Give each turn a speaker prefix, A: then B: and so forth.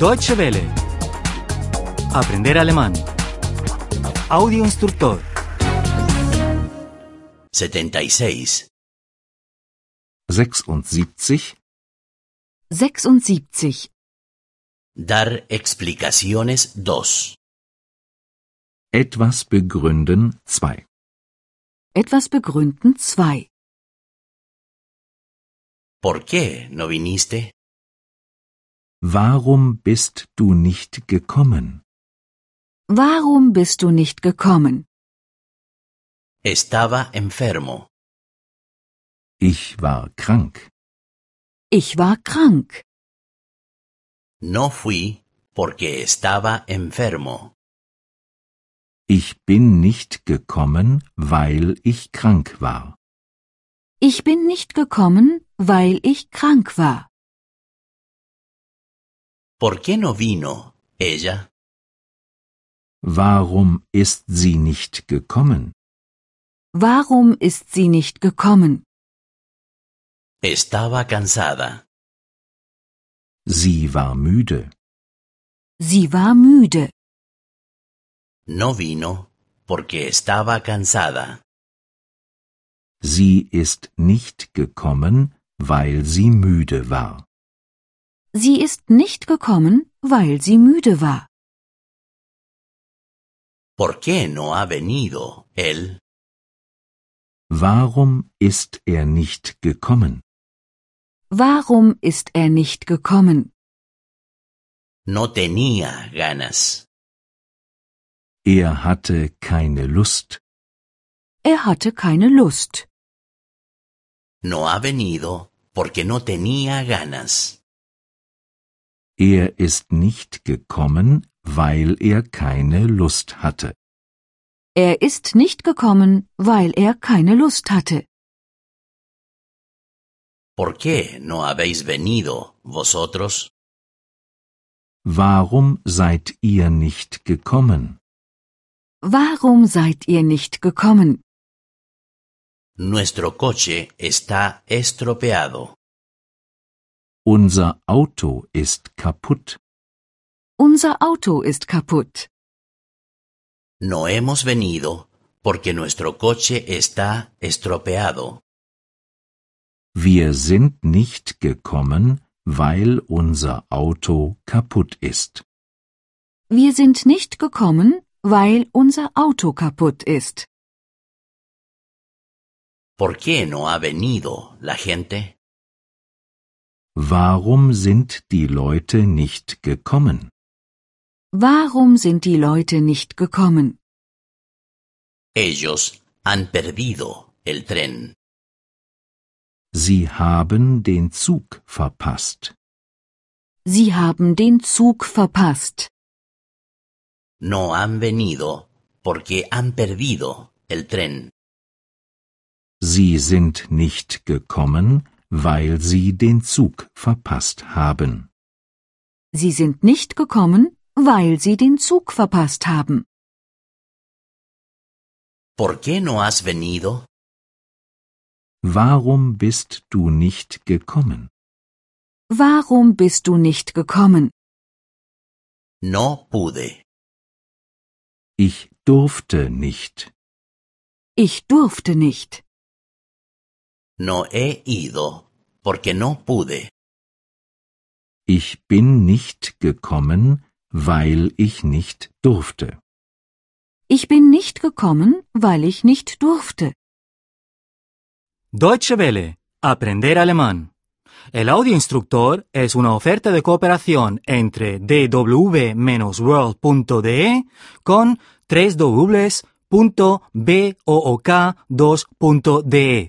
A: Deutsche Welle. Aprender alemán. Audio instructor.
B: 76.
C: 76.
D: 76.
B: Dar explicaciones 2.
C: Etwas begründen 2.
D: Etwas begründen 2.
B: ¿Por qué no viniste?
C: Warum bist du nicht gekommen?
D: Warum bist du nicht gekommen?
B: Estaba enfermo.
C: Ich war krank.
D: Ich war krank.
B: No fui porque estaba enfermo.
C: Ich bin nicht gekommen, weil ich krank war.
D: Ich bin nicht gekommen, weil ich krank war.
B: ¿Por qué no vino ella?
C: Warum ist sie nicht gekommen?
D: Warum ist sie nicht gekommen?
B: Estaba cansada.
C: Sie war müde.
D: Sie war müde.
B: No vino porque estaba cansada.
C: Sie ist nicht gekommen, weil sie müde war.
D: Sie ist nicht gekommen, weil sie müde war.
B: ¿Por qué no ha venido él?
C: Warum ist er nicht gekommen?
D: Warum ist er nicht gekommen?
B: No tenía ganas.
C: Er hatte keine Lust.
D: Er hatte keine Lust.
B: No ha venido porque no tenía ganas.
C: Er ist nicht gekommen, weil er keine Lust hatte.
D: Er ist nicht gekommen, weil er keine Lust hatte.
B: ¿Por qué no habéis venido vosotros?
C: Warum seid ihr nicht gekommen?
D: Warum seid ihr nicht gekommen?
B: Nuestro coche está estropeado.
C: Unser Auto ist kaputt.
D: Unser Auto ist kaputt.
B: No hemos venido porque nuestro coche está estropeado.
C: Wir sind nicht gekommen, weil unser Auto kaputt ist.
D: Wir sind nicht gekommen, weil unser Auto kaputt ist.
B: ¿Por qué no ha venido la gente?
C: Warum sind die Leute nicht gekommen?
D: Warum sind die Leute nicht gekommen?
B: Ellos han perdido el tren.
C: Sie haben den Zug verpasst.
D: Sie haben den Zug verpasst.
B: No han venido porque han perdido el tren.
C: Sie sind nicht gekommen, weil sie den Zug verpasst haben.
D: Sie sind nicht gekommen, weil sie den Zug verpasst haben.
B: ¿Por qué no has venido?
C: Warum bist du nicht gekommen?
D: Warum bist du nicht gekommen?
B: No pude.
C: Ich durfte nicht.
D: Ich durfte nicht.
B: No he ido porque no pude.
C: Ich bin nicht gekommen, weil ich nicht durfte.
D: Ich bin nicht gekommen, weil ich nicht durfte.
A: Deutsche Welle. Aprender alemán. El audio instructor es una oferta de cooperación entre dw-world.de con 3 2de